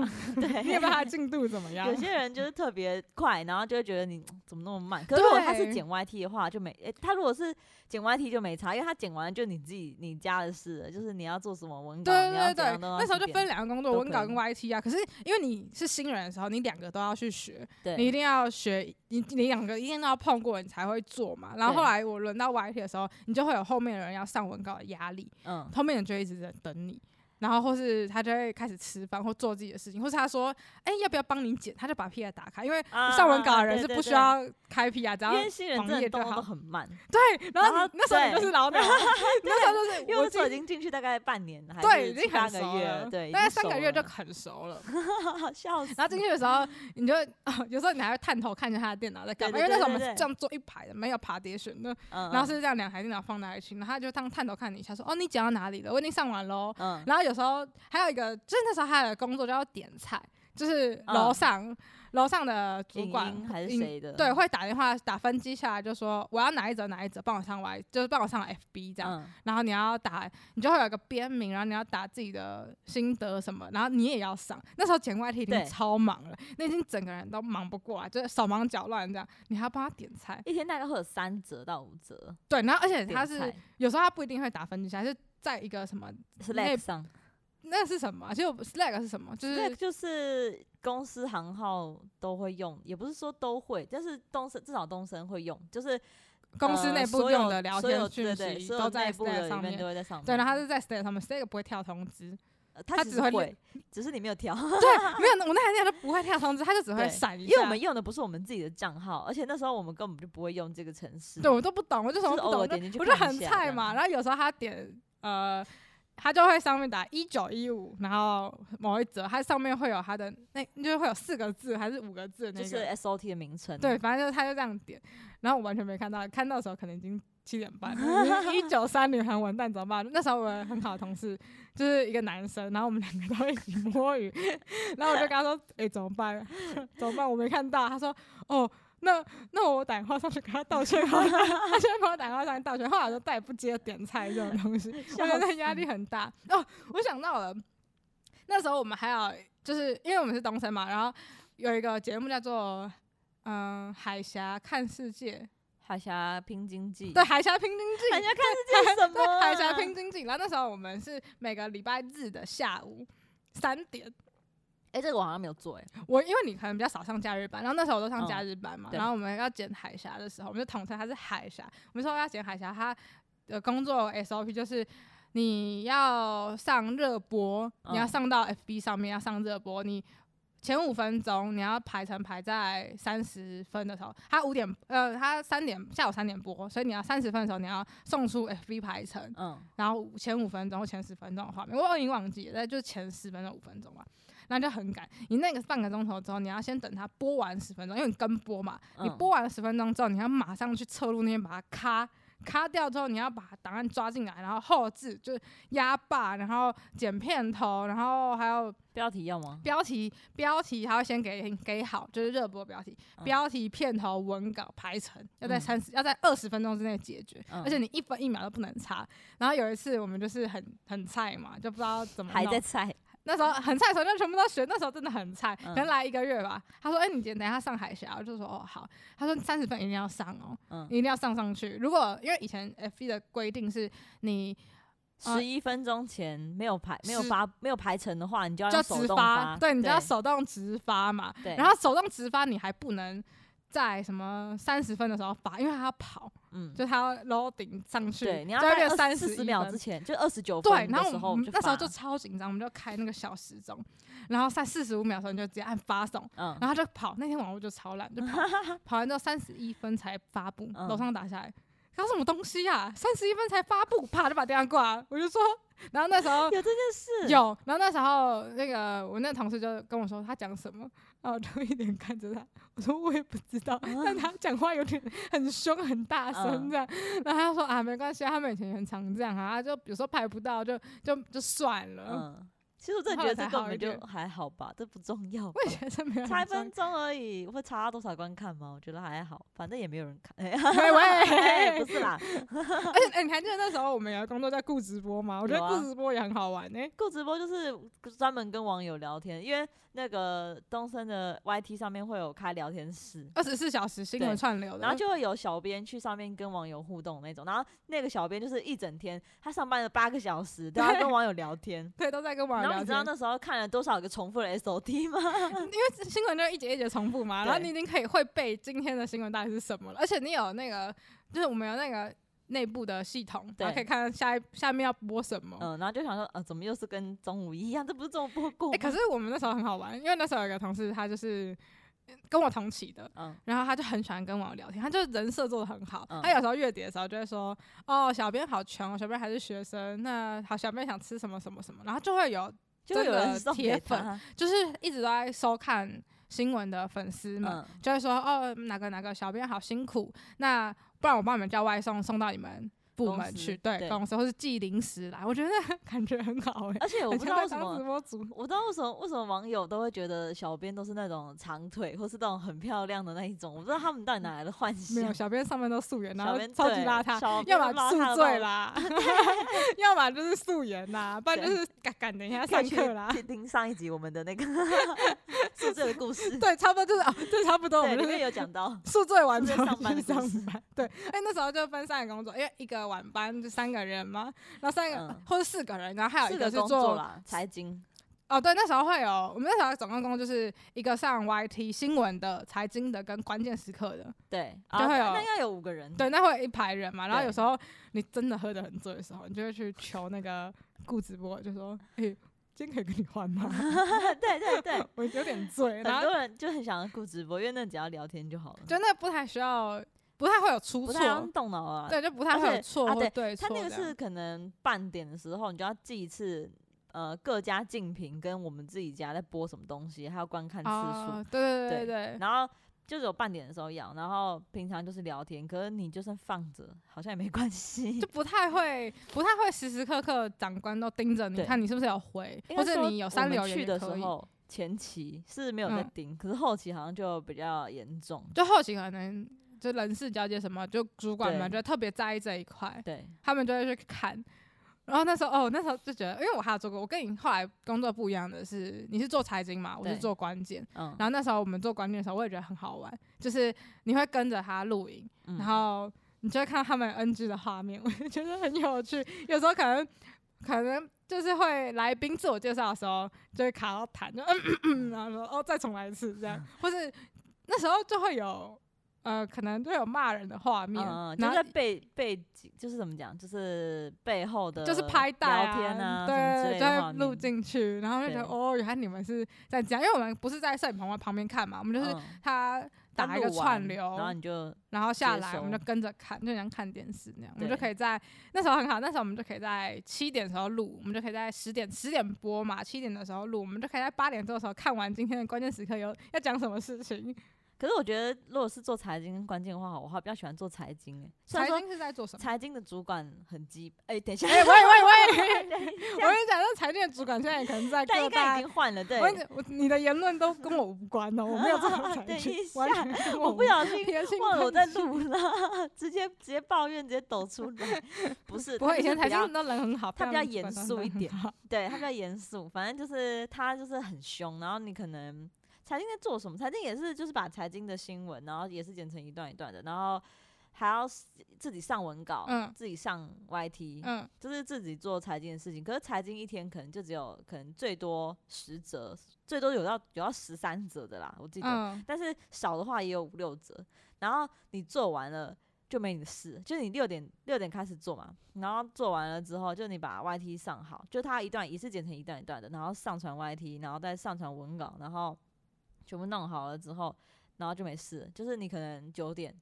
B: 对，
A: 你也不知道他的进度怎么样
B: 有。些人就是特别快，然后就会觉得你嗯怎么那么慢。可是如果他
A: 对
B: 是剪 YT 的话，就没、诶他如果是剪 YT 就没差，因为他剪完就你自己你家的事了，就是你要做什么文稿，
A: 对
B: 你要
A: 对对
B: 怎
A: 对
B: 样，都要
A: 那时候
B: 几
A: 就
B: 点
A: 分两个工作，
B: 都
A: 文稿跟
B: 可以
A: YT 啊。可是因为你是新人的时候，你两个都要去学，
B: 对
A: 你一定要学，你你两个一定要碰过，你才会做嘛。然后后
B: 对
A: 来我轮到 YT 的时候，你就会有后面的人要上文稿的压力，
B: 嗯
A: 后面人就会一直在等你。然后，或是他就会开始吃饭或做自己的事情，或是他说：“哎、要不要帮你剪？”他就把 P R 打开，因为
B: 啊
A: 上文稿的人
B: 对
A: 是
B: 对
A: 不需
B: 对
A: 要开 P R，只要
B: 因为新人
A: 网页
B: 真
A: 就
B: 的动作
A: 好
B: 都很慢，
A: 对。然后
B: 然
A: 你
B: 后
A: 那时候你就
B: 对
A: 是老 鸟，你那时候就是
B: 因为
A: 我
B: 我那时候已
A: 经
B: 经进去大概半年，还
A: 对
B: 是
A: 已经
B: 七八
A: 很
B: 个
A: 熟
B: 月
A: 了，
B: 了，对，已
A: 大概
B: 经
A: 三
B: 熟
A: 个月就
B: 了
A: 很熟了。
B: 笑死。
A: 然后进去的时候，你就、哦、有时候你还会探头看一下他的电脑在干嘛，
B: 对
A: 因为那
B: 对
A: 时候我们
B: 对对
A: 是
B: 对
A: 这样做一排的，没有爬碟选的。
B: 嗯，
A: 然后
B: 嗯
A: 是这样两台电脑放在一起，然后他就当探头看你一下，说：“哦，你讲到哪里了？我已经上完喽。”
B: 嗯，
A: 然后有时候还有一个，就是那时候还有一个工作叫点菜，就是楼
B: 嗯
A: 上楼、上的主
B: 影
A: 管
B: 音还是
A: 影
B: 谁的？
A: 对，会打电话打分机下来，就说我要哪一则哪一则，帮我上 Y，就是帮我上 FB 这样。
B: 嗯，
A: 然后你要打，你就会有一个编名，然后你要打自己的心得什么，然后你也要上。那时候剪 YT 已经
B: 对
A: 超忙了，那已经整个人都忙不过来，就是手忙脚乱这样。你还要帮他点菜，
B: 一天大概会有三折到五折。
A: 对，然后而且
B: 点
A: 他是
B: 菜
A: 有时候他不一定会打分机下来，是在一个什么内
B: Slack 上
A: 那是什么啊？其实我 Slack 是什么？就是
B: ，Slack 就是公司行号都会用，也不是说都会，但是东升至少东升会用，就是
A: 公司
B: 呃
A: 内部
B: 所
A: 用
B: 有
A: 的聊
B: 所有
A: 天讯
B: 对对
A: 息
B: 所有
A: 都在
B: 内部的
A: Slack 上
B: 里面
A: 面
B: 都。会在上面。
A: 对，然后他是在 Slack 上面，Slack 不会跳通知，
B: 呃
A: 他
B: 他
A: 只
B: 只是
A: 会
B: 会，只是你没有调，
A: 没有，我那台电脑就不会跳通知，他就只会
B: 对
A: 闪一
B: 因
A: 下。
B: 为我们用的不是我们自己的账号，而且那时候我们根本就不会用这个程式。
A: 对我都不懂，我就什么
B: 就
A: 不
B: 是偶
A: 懂，
B: 尔
A: 就
B: 点进去
A: 我就
B: 看一
A: 很
B: 下
A: 菜
B: 这
A: 嘛。
B: 样
A: 然后有时候他点呃，他就会上面打一九一五，然后某一则，它上面会有他的那，就是会有四个字还是五个字的那
B: 就
A: 个，
B: 是 SOT 的名称。
A: 对，，反正就是他就这样点，然后我完全没看到，看到的时候可能已经七点半 了，一九三零很完蛋，怎么办？那时候我有很好的同事就是一个男生，然后我们两个都一起摸鱼， 然后我就跟他说：“哎、怎么办？怎么办？我没看到。”他说：“哦。”那那我打电话上去跟他道歉好了， 他先帮我打电话上去道歉，后来我就再也不接点菜这种东 西，我觉得压力很大。哦，我想到了，那时候我们还有就是因为我们是东森嘛，然后有一个节目叫做嗯、海峡看世界，
B: 海峡拼经济。
A: 对，，海峡拼经济，
B: 嗯海峡看世界是什么
A: 对，
B: 啊？
A: 海峡拼经济。然后那时候我们是每个礼拜日的下午三点，
B: 哎，这个我好像没有做哎。
A: 我因为你可能比较少上假日班，然后那时候我都上假日班嘛，
B: 嗯对
A: 然后我们要剪海峡的时候，我们就统称它是海峡。我们说要剪海峡，它的工作 SOP 就是。你要上热播，你要
B: 嗯
A: 上到 FB 上面要上热播，你前五分钟你要排成排在三十分的时候，它五点呃它三点下午三点播，所以你要三十分的时候你要送出 FB 排程，
B: 嗯，
A: 然后前五分钟或前十分钟的画面，我已经忘记了，但就是前十分钟五分钟嘛，然后就很赶。你那个半个钟头之后，你要先等它播完十分钟，因为你跟播嘛，你
B: 嗯
A: 播完十分钟之后，你要马上去侧录那边把它咔咔掉之后，你要把档案抓进来，然后后置就是压霸，然后剪片头，然后还有
B: 标题要吗？
A: 标题，标题还要先给给好，就是热播标题、
B: 嗯
A: 标题、片头、文稿、排程，要在
B: 嗯
A: 三十、要在二十分钟之内解决，
B: 嗯
A: 而且你一分一秒都不能差。然后有一次我们就是很很菜嘛，就不知道怎么
B: 还
A: 弄
B: 在猜。
A: 那时候很菜的时候就全部都学，那时候真的很菜，可
B: 嗯
A: 能来一个月吧。他说：“哎、你等等一下上海峡。”我就说：“哦，好。”他说：“三十分一定要上哦，
B: 嗯
A: 你一定要上上去。如果因为以前 F 一的规定是你
B: 十一分钟前没有排没有
A: 是
B: 发没有排成的话，你就要
A: 就
B: 用
A: 要
B: 手
A: 直
B: 动
A: 发，
B: 对
A: 对，你就要手动直发嘛。
B: 对，
A: 然后手动直发你还不能在什么三十分的时候发，因为他要跑，
B: 嗯，
A: 就他要 loading 上去，
B: 对，你要
A: 就
B: 在
A: 三
B: 四十秒之前，就二十九
A: 对，
B: 分
A: 然
B: 的
A: 后
B: 时候
A: 我们那时候
B: 发
A: 就超紧张，我们就开那个小时钟，然后在四十五秒的时候你就直接按发送，
B: 嗯
A: 然后就跑。那天晚上我就超懒，就 跑，跑完之后三十一分才发布，
B: 嗯
A: 楼上打下来，搞什么东西啊？三十一分才发布，啪就把电话挂了。我就说，然后那时候
B: 有这件 事，
A: 有，然后那时候那个我那同事就跟我说他讲什么，然后我就一脸看着他，我说我也不知道，
B: 啊
A: 但他讲话有 点很凶很
B: 嗯
A: 大声这样，然后他说啊没关系啊，他们以前很常这样啊，他就有时候排不到就就就算了，
B: 嗯，其实我真的
A: 后
B: 觉
A: 来
B: 得
A: 才
B: 这根
A: 好
B: 本
A: 一
B: 就
A: 点
B: 还好吧，这不重要吧
A: 我。也觉得没有
B: 差一
A: 很重
B: 分钟而已，会差到多少观看吗？我觉得还好，反正也没有人看。
A: 喂
B: 哎
A: 喂
B: 不，是啦，
A: 而且、哎你还记得那时候我们有工作在顾直播吗？我觉
B: 有
A: 得
B: 啊
A: 顾直播也很好玩哎、
B: 顾直播就是专门跟网友聊天，因为那个东森的 YT 上面会有开聊天室，
A: 二十四小时新
B: 对
A: 闻串流的，
B: 然后就会有小编去上面跟网友互动那种，然后那个小编就是一整天，他上班了八个小时都要跟网友聊 天。
A: 对都在跟网友
B: 然后
A: 聊
B: 你知道
A: 天，
B: 那时候看了多少个重复的 SOT 吗？
A: 新闻就一节一节重复嘛，然后
B: 对
A: 你已经可以会背今天的新闻到底是什么了，而且你有那个，就是我们有那个内部的系统，
B: 对
A: 然后可以看下一下面要播什么。
B: 嗯，然后就想说，呃，怎么又是跟中午一样？这不是中午播过
A: 哎、
B: 吗？
A: 可是我们那时候很好玩，因为那时候有一个同事，他就是跟我同期的，
B: 嗯，
A: 然后他就很喜欢跟网友聊天，他就人设做的很好。
B: 嗯
A: 他有时候月底的时候就会说：“哦，小编好穷，小编还是学生，那好，小编想吃什么什么什么。”然后就会有
B: 就
A: 真
B: 有
A: 的
B: 人送
A: 铁
B: 给
A: 粉
B: 他，
A: 就是一直都在收看新闻的粉丝们，
B: 嗯，
A: 就会说哦哪个哪个小编好辛苦，那不然我帮你们叫外送送到你们部
B: 公
A: 门
B: 司
A: 去，对
B: 对
A: 公司或是寄零食来，我觉得 那感觉很好哎、欸，
B: 而且我
A: 很
B: 不知
A: 像在
B: 道为什
A: 当直
B: 么，
A: 播主，
B: 我不知道为什么为什么网友都会觉得小编都是那种长腿或是那种很漂亮的那一种，我不知道他们到底哪来的幻
A: 没
B: 想
A: 有。小编上面都素颜，然
B: 小
A: 后
B: 编
A: 超级
B: 对
A: 邋遢。
B: 小
A: 要
B: 编
A: 么
B: 邋遢
A: 宿
B: 到
A: 醉 啦， 要么就是素颜啦，不然就
B: 对
A: 是赶赶等一下
B: 可
A: 上
B: 以去
A: 课啦。
B: 去听上一集我们的那个 宿醉的故 事，
A: 对，差不多就是哦，对，差不多我
B: 对，
A: 们
B: 里
A: 就是
B: 面 有讲到，
A: 宿醉完
B: 宿
A: 之
B: 醉
A: 后
B: 上班
A: 去
B: 的
A: 上
B: 故事
A: 班，对，哎、那时候就分三个工作，因为一个晚班就三个人嘛，然后三个、
B: 嗯
A: 或者四个人，然后还有
B: 四
A: 啊一
B: 个
A: 是
B: 工作
A: 做
B: 啦，财经，
A: 哦，对，那时候会有，我们那时候总共工作就是一个上 YT 新闻的、财经的跟关键时刻的，
B: 对，
A: 就
B: 啊，
A: 会
B: 那
A: 有
B: 那应该有五个人，
A: 对，那会有一排人嘛。然后
B: 对
A: 有时候你真的喝得很醉的时候，你就会去求那个顾直播，就说：“哎、今天可以跟你换吗？
B: 对对对，
A: 我有点醉。”然
B: 很
A: 后
B: 多人就很想要顾直播，因为那只要聊天就好了，
A: 就那不太需要，不太会有出
B: 不太
A: 错
B: 用，动脑啊。
A: 对，就不太
B: 而
A: 会
B: 且
A: 有错
B: 啊
A: 或
B: 对
A: 对
B: 他
A: 错。
B: 那个是，可能半点的时候，你就要记一次，呃，各家竞品跟我们自己家在播什么东西，还有观看次数，
A: 哦，对对对
B: 对
A: 对对。
B: 然后。就是有半点的时候要，然后平常就是聊天，可是你就算放着，好像也没关系。
A: 就不太会，不太会时时刻刻长官都盯着你
B: 对
A: 看你是不是有回，
B: 应
A: 或
B: 该
A: 者
B: 说
A: 你有
B: 我
A: 三
B: 们
A: 流
B: 去
A: 也
B: 的时
A: 可以。
B: 候，前期是没有在
A: 嗯
B: 盯，可是后期好像就比较严重。
A: 就后期可能就人事交接什么，就主管们
B: 对
A: 就特别在意这一块，
B: 对，
A: 他们就会去看。然后那时候哦，那时候就觉得，因为我还有做过，我跟你后来工作不一样的是，你是做财经嘛，我是
B: 对
A: 做关键。
B: 嗯，
A: 然后那时候我们做关键的时候，我也觉得很好玩，就是你会跟着他录影，
B: 嗯
A: 然后你就会看到他们 NG 的画面，我 就觉得很有趣。有时候可能可能就是会来宾自我介绍的时候就会卡到痰，就嗯嗯嗯，然后说哦再重来一次这
B: 嗯
A: 样，或是那时候就会有呃可能就有骂人的画面，
B: 嗯，就
A: 然
B: 是
A: 后
B: 在。背背景，就是怎么讲，就是背后的
A: 就是拍带
B: 呃聊天啊，什么之
A: 对，
B: 类
A: 就
B: 的画
A: 会
B: 面
A: 录，进去，然后就觉得
B: 对
A: 哦，原来你们是在这样，因为我们不是在摄影棚旁边看嘛，我们就是
B: 嗯
A: 他
B: 它
A: 打一个
B: 录完
A: 串流，
B: 然后你就
A: 然后下
B: 接
A: 来，我们
B: 收
A: 就跟着看，就像看电视那样，我们就
B: 对
A: 可以在那时候很好，那时候我们就可以在七点的时候录，我们就可以在十点十点播嘛，七点的时候录，我们就可以在八点多的时候看完今天的关键时刻有要讲什么事情。
B: 可是我觉得，如果是做财经跟关键的话，我还比较喜欢做财经、欸。虽
A: 财
B: 然说
A: 经是在做什么？
B: 财经的主管很鸡，哎、等一下，
A: 哎、喂喂喂！
B: 等一
A: 我
B: 下
A: 跟你讲，那财经的主管现在也可能在
B: 但
A: 各
B: 应该
A: 大
B: 已。经换了，对
A: 我。跟你我你的言论都跟我无关哦，我没有这种
B: 等
A: 财经
B: 一，下
A: 完全跟
B: 我
A: 无
B: 不小心
A: 撇清
B: 忘了我在
A: 关系
B: 录了，直接直接抱怨，直接抖出来。不是，
A: 不
B: 他
A: 会，以
B: 就是
A: 前
B: 比
A: 财
B: 较
A: 经都人很好，
B: 他比较
A: 不
B: 严
A: 然
B: 肃一
A: 很
B: 点
A: 好
B: 对他比较严肃，反正就是他就是很凶，然后你可能财经在做什么？财经也是就是把财经的新闻，然后也是剪成一段一段的，然后还要自己上文稿，
A: 嗯
B: 自己上 YT，、
A: 嗯，
B: 就是自己做财经的事情。可是财经一天可能就只有可能最多十则，最多有到有到十三则的啦，我记得，
A: 嗯，
B: 但是少的话也有五六折。然后你做完了就没你的事，就是你六点六点开始做嘛，然后做完了之后，就你把 YT 上好，就它一段一次剪成一段一段的，然后上传 YT，然后再上传文稿，然后全部弄好了之后，然后就没事了，就是你可能九点。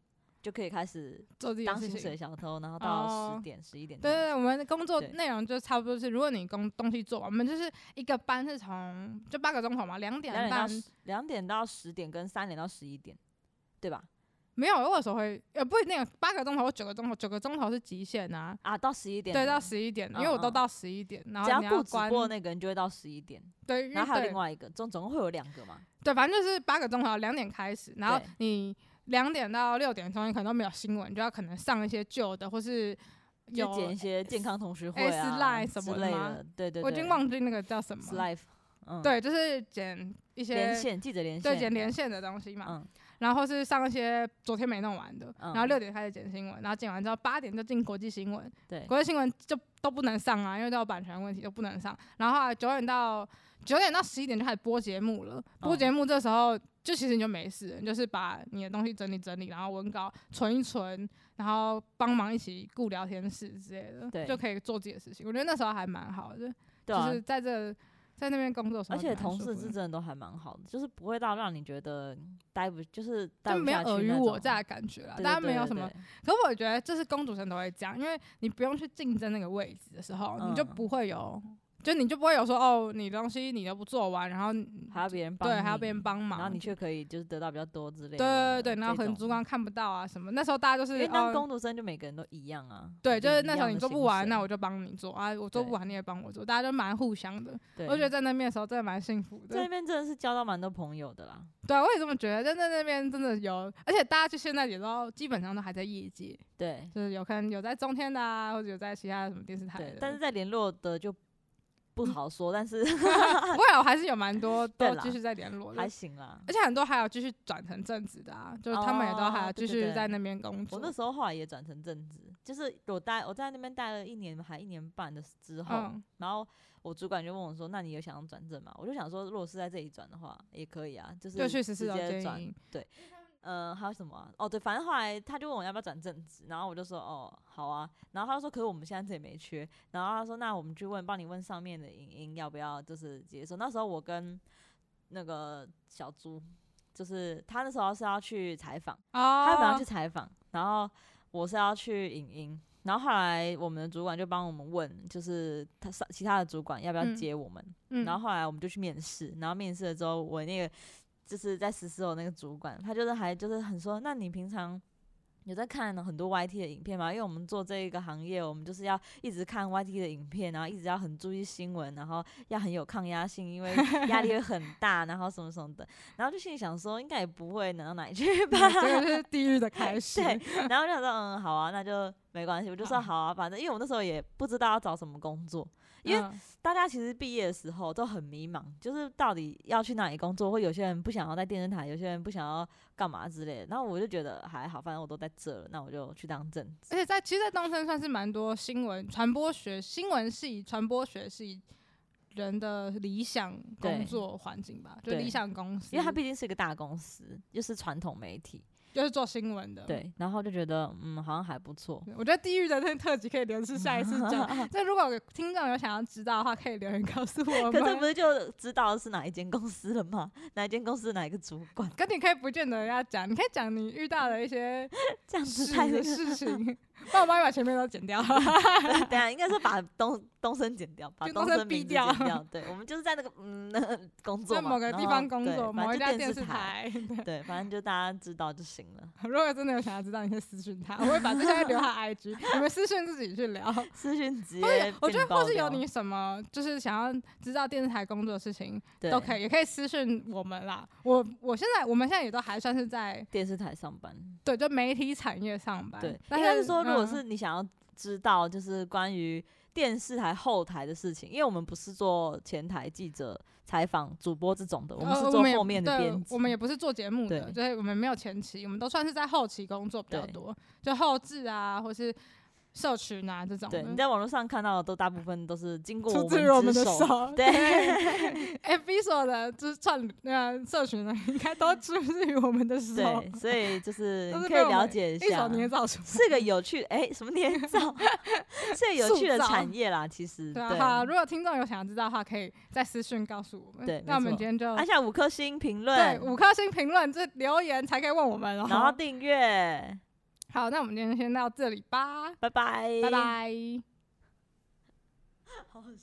B: 就可以开始
A: 做自己的
B: 当
A: 事
B: 薪
A: 情。
B: 水小偷，然后到
A: 哦
B: 十点、十一点这
A: 对
B: 样
A: 对
B: 子。
A: 对，我们的工作
B: 对
A: 内容就差不多是，如果你工东西做完，我们就是一个班是从就八个钟头嘛，两
B: 两
A: 点
B: 点到
A: 半
B: 十两点到十点跟三点到十一点，对吧？
A: 没有，我有时候会呃不一定八个钟头或九个钟头，九个钟头是极限啊，
B: 啊，到十一点了。
A: 对，到十一点，因为
B: 嗯
A: 我都
B: 嗯
A: 到十一点，然
B: 只
A: 后
B: 要
A: 你
B: 顾直
A: 关
B: 播的那个人就会到十一点。
A: 对，因
B: 然
A: 为
B: 后还有
A: 对
B: 另外一个，总总共会有两个嘛。
A: 对，反正就是八个钟头，两点开始，然后
B: 对
A: 你两点到六点中间可能都没有新闻，就要可能上一些旧的或是
B: 就
A: 有，
B: 剪一些健康同学会
A: S
B: 啊
A: line 什
B: 之
A: 么的
B: 类
A: 吗
B: 的，对对对，
A: 我已经忘记那个叫什么，
B: life，嗯，，
A: 对，就是剪一
B: 连
A: 些
B: 线记者连线，
A: 对剪连线的东西嘛，
B: 嗯，
A: 然后是上一些昨天没弄完的，
B: 嗯
A: 然后六点开始剪新闻，然后剪完之后八点就进国际新闻，
B: 对，
A: 国际新闻就都不能上啊，因为都有版权问题，都不能上。然后后来九点到九点到十一点就开始播节目了，
B: 嗯
A: 播节目这时候就其实你就没事了，你就是把你的东西整理整理，然后文稿存一存，然后帮忙一起顾聊天室之类的，
B: 对
A: 就可以做自己的事情。我觉得那时候还蛮好的，
B: 对啊
A: 就，是在这在那边工作的时候
B: 而
A: 还
B: 且
A: 蛮舒服
B: 同
A: 的，
B: 事之真的都还蛮好的，就是不会到让你觉得待不就是待
A: 就
B: 不
A: 没有
B: 下
A: 尔
B: 去
A: 虞
B: 那种
A: 我诈，的感觉啦，啊
B: 对
A: 大家
B: 对对
A: 没有
B: 对
A: 什么
B: 对
A: 可我觉得这是公主生都会这样，因为你不用去竞争那个位置的时候，你就
B: 嗯
A: 不会有，就你就不会有说哦，你东西你都不做完，然后你
B: 还要别人帮，
A: 对还要别人，帮忙，
B: 然后你却可以就是得到比较多之类
A: 对
B: 的，
A: 对对，然后可能
B: 这
A: 主
B: 种
A: 管。看不到啊什么，那时候大家就
B: 因
A: 是
B: 为当
A: 哦，
B: 工读生就每个人都一样啊，
A: 对，
B: 领
A: 就是
B: 一
A: 那时
B: 样
A: 候你
B: 的
A: 做不
B: 薪
A: 完，
B: 水
A: 那我就帮你做啊，我做不
B: 对
A: 完你也帮我做，大家就蛮互相的。
B: 对
A: 我觉得在那边的时候真的蛮幸福
B: 在那
A: 的，
B: 边真的是交到蛮多朋友的啦，
A: 对啊，我也这么觉得，但在那边真的有，而且大家就现在也都基本上都还在业界，
B: 对
A: 就是有可能有在中天的啊，或者有在其他的什么电视台
B: 对
A: 的，，
B: 但是在联络的就不好说，但是
A: 不会啊，我还是有蛮多
B: 对
A: 都
B: 啦
A: 继续在联络的
B: 还，行啦。
A: 而且很多还有继续转成正职的啊，就是他们也都还有
B: 哦
A: 继
B: 对对
A: 续
B: 对
A: 在那边工作。
B: 我那时候后来也转成正职，就是我待我在那边待了一年还一年半的之后，
A: 嗯，
B: 然后我主管就问我说：“那你有想要转正吗？”我就想说，如果是在这里转的话，也可以啊，就是
A: 就去十
B: 直
A: 四楼
B: 接
A: 接
B: 转。
A: 应，
B: 嗯、还有什么啊、哦，对，反正后来他就问我要不要转正职，然后我就说：“哦，好啊。”然后他就说：“可是我们现在这里没缺。”然后他说：“那我们去问，帮你问上面的影音要不要就是接受。”那时候我跟那个小猪，就是他那时候是要去采访。他本来要
A: 哦
B: 去，采访，然后我是要去影音，然后后来我们的主管就帮我们问，就是他上其他的主管要不要
A: 嗯
B: 接我们，
A: 嗯
B: 然后后来我们就去面试，然后面试了之后，我那个就是在十四楼那个主管，他就是还就是很说，那你平常。有在看很多 YT 的影片吗？因为我们做这一个行业，我们就是要一直看 YT 的影片，然后一直要很注意新闻，然后要很有抗压性，因为压力会 很大，然后什么什么的。然后就心里想说，应该也不会能到哪里去吧。
A: 嗯这个就是地狱的开始。
B: 对，然后就想说，嗯，好啊，那就没关系。我就说
A: 好
B: 好啊，反正因为我那时候也不知道要找什么工作，因为
A: 嗯
B: 大家其实毕业的时候都很迷茫，就是到底要去哪里工作，或有些人不想要在电视台，有些人不想要干嘛之类的。然后我就觉得还好，反正我都在这了，那我就去当正职。
A: 而且在其实，在东森算是蛮多新闻传播学、新闻系、传播学系人的理想工
B: 对
A: 作环境吧，就
B: 对
A: 理想公司，
B: 因为它毕竟是一个大公司，又是传统媒体，
A: 就是做新闻的。，
B: 对，然后就觉得嗯，好像还不 错。
A: 我觉得地狱的那特辑可以留是下一次讲。 这如果有听众有想要知道的话，可以留言告诉我们。
B: 可这不是就知道是哪一间公司了吗？哪一间公司哪一个主管，
A: 可你可以不见得要讲，你可以讲你遇到的一些
B: 这样子
A: 事
B: 太那
A: 的
B: 个
A: 事情，帮我妈咪把前面都剪掉。
B: 等一啊下应该是把东东升剪掉，把
A: 就
B: 东
A: 东升
B: 升
A: 逼
B: 名字
A: 掉
B: 剪掉。对，我们就是在那个嗯那个工作
A: 在
B: 嘛
A: 某个
B: 然
A: 地
B: 后
A: 方工
B: 对
A: 作，
B: 反
A: 某
B: 正
A: 一
B: 就
A: 家
B: 电
A: 视
B: 台。
A: 台。
B: 对，反正就大家知道就行了。
A: 如果真的有想要知道，你可以私讯他，我会把这些留下 IG，你们私讯自己去聊。
B: 私讯直
A: 或
B: 接
A: 者我觉
B: 变
A: 得，
B: 爆
A: 或是有
B: 料
A: 你什么就是想要知道电视台工作的事情，
B: 对
A: 都可以，也可以私讯我们啦。我我现在我们现在也都还算是在
B: 电视台上班。
A: 对，就媒体产业上班。
B: 对，
A: 但
B: 应该是说，如果
A: 嗯
B: 是你想要知道，就是关于电视台后台的事情，因为我们不是做前台记者采访主播这种的，我们
A: 呃
B: 是做
A: 也
B: 后面的
A: 对
B: 编辑。
A: 我们也不是做节目的，
B: 对
A: 就是我们没有前期，我们都算是在后期工作比较
B: 对
A: 多，就后置啊，或是社群啊这种的。
B: 对，你在网络上看到的都大部分都是经过
A: 出
B: 我
A: 自于我
B: 们
A: 们的
B: 之手。
A: 手，
B: 对
A: ，FB 所有哎的就是串呃社群呢，应该都出自于我们的手，
B: 对，所以就 是
A: 都
B: 你
A: 是
B: 可以
A: 被我们
B: 了解
A: 一手
B: 一下，
A: 捏造出来。
B: 是个有趣哎、什么年造， 是个 有
A: 塑
B: 趣的
A: 造
B: 产业啦，其实
A: 对啊，好，如果听众有想知道的话，可以在私讯告诉我们。
B: 对
A: 那我
B: 没
A: 们
B: 错
A: 今天就
B: 按下五颗星评
A: 哦对
B: 论，
A: 五颗星评论，这留言才可以问我们哦。
B: 然后订阅，
A: 好，那我们今天先到这里吧，
B: 拜拜，
A: 拜。拜。
B: 好恶心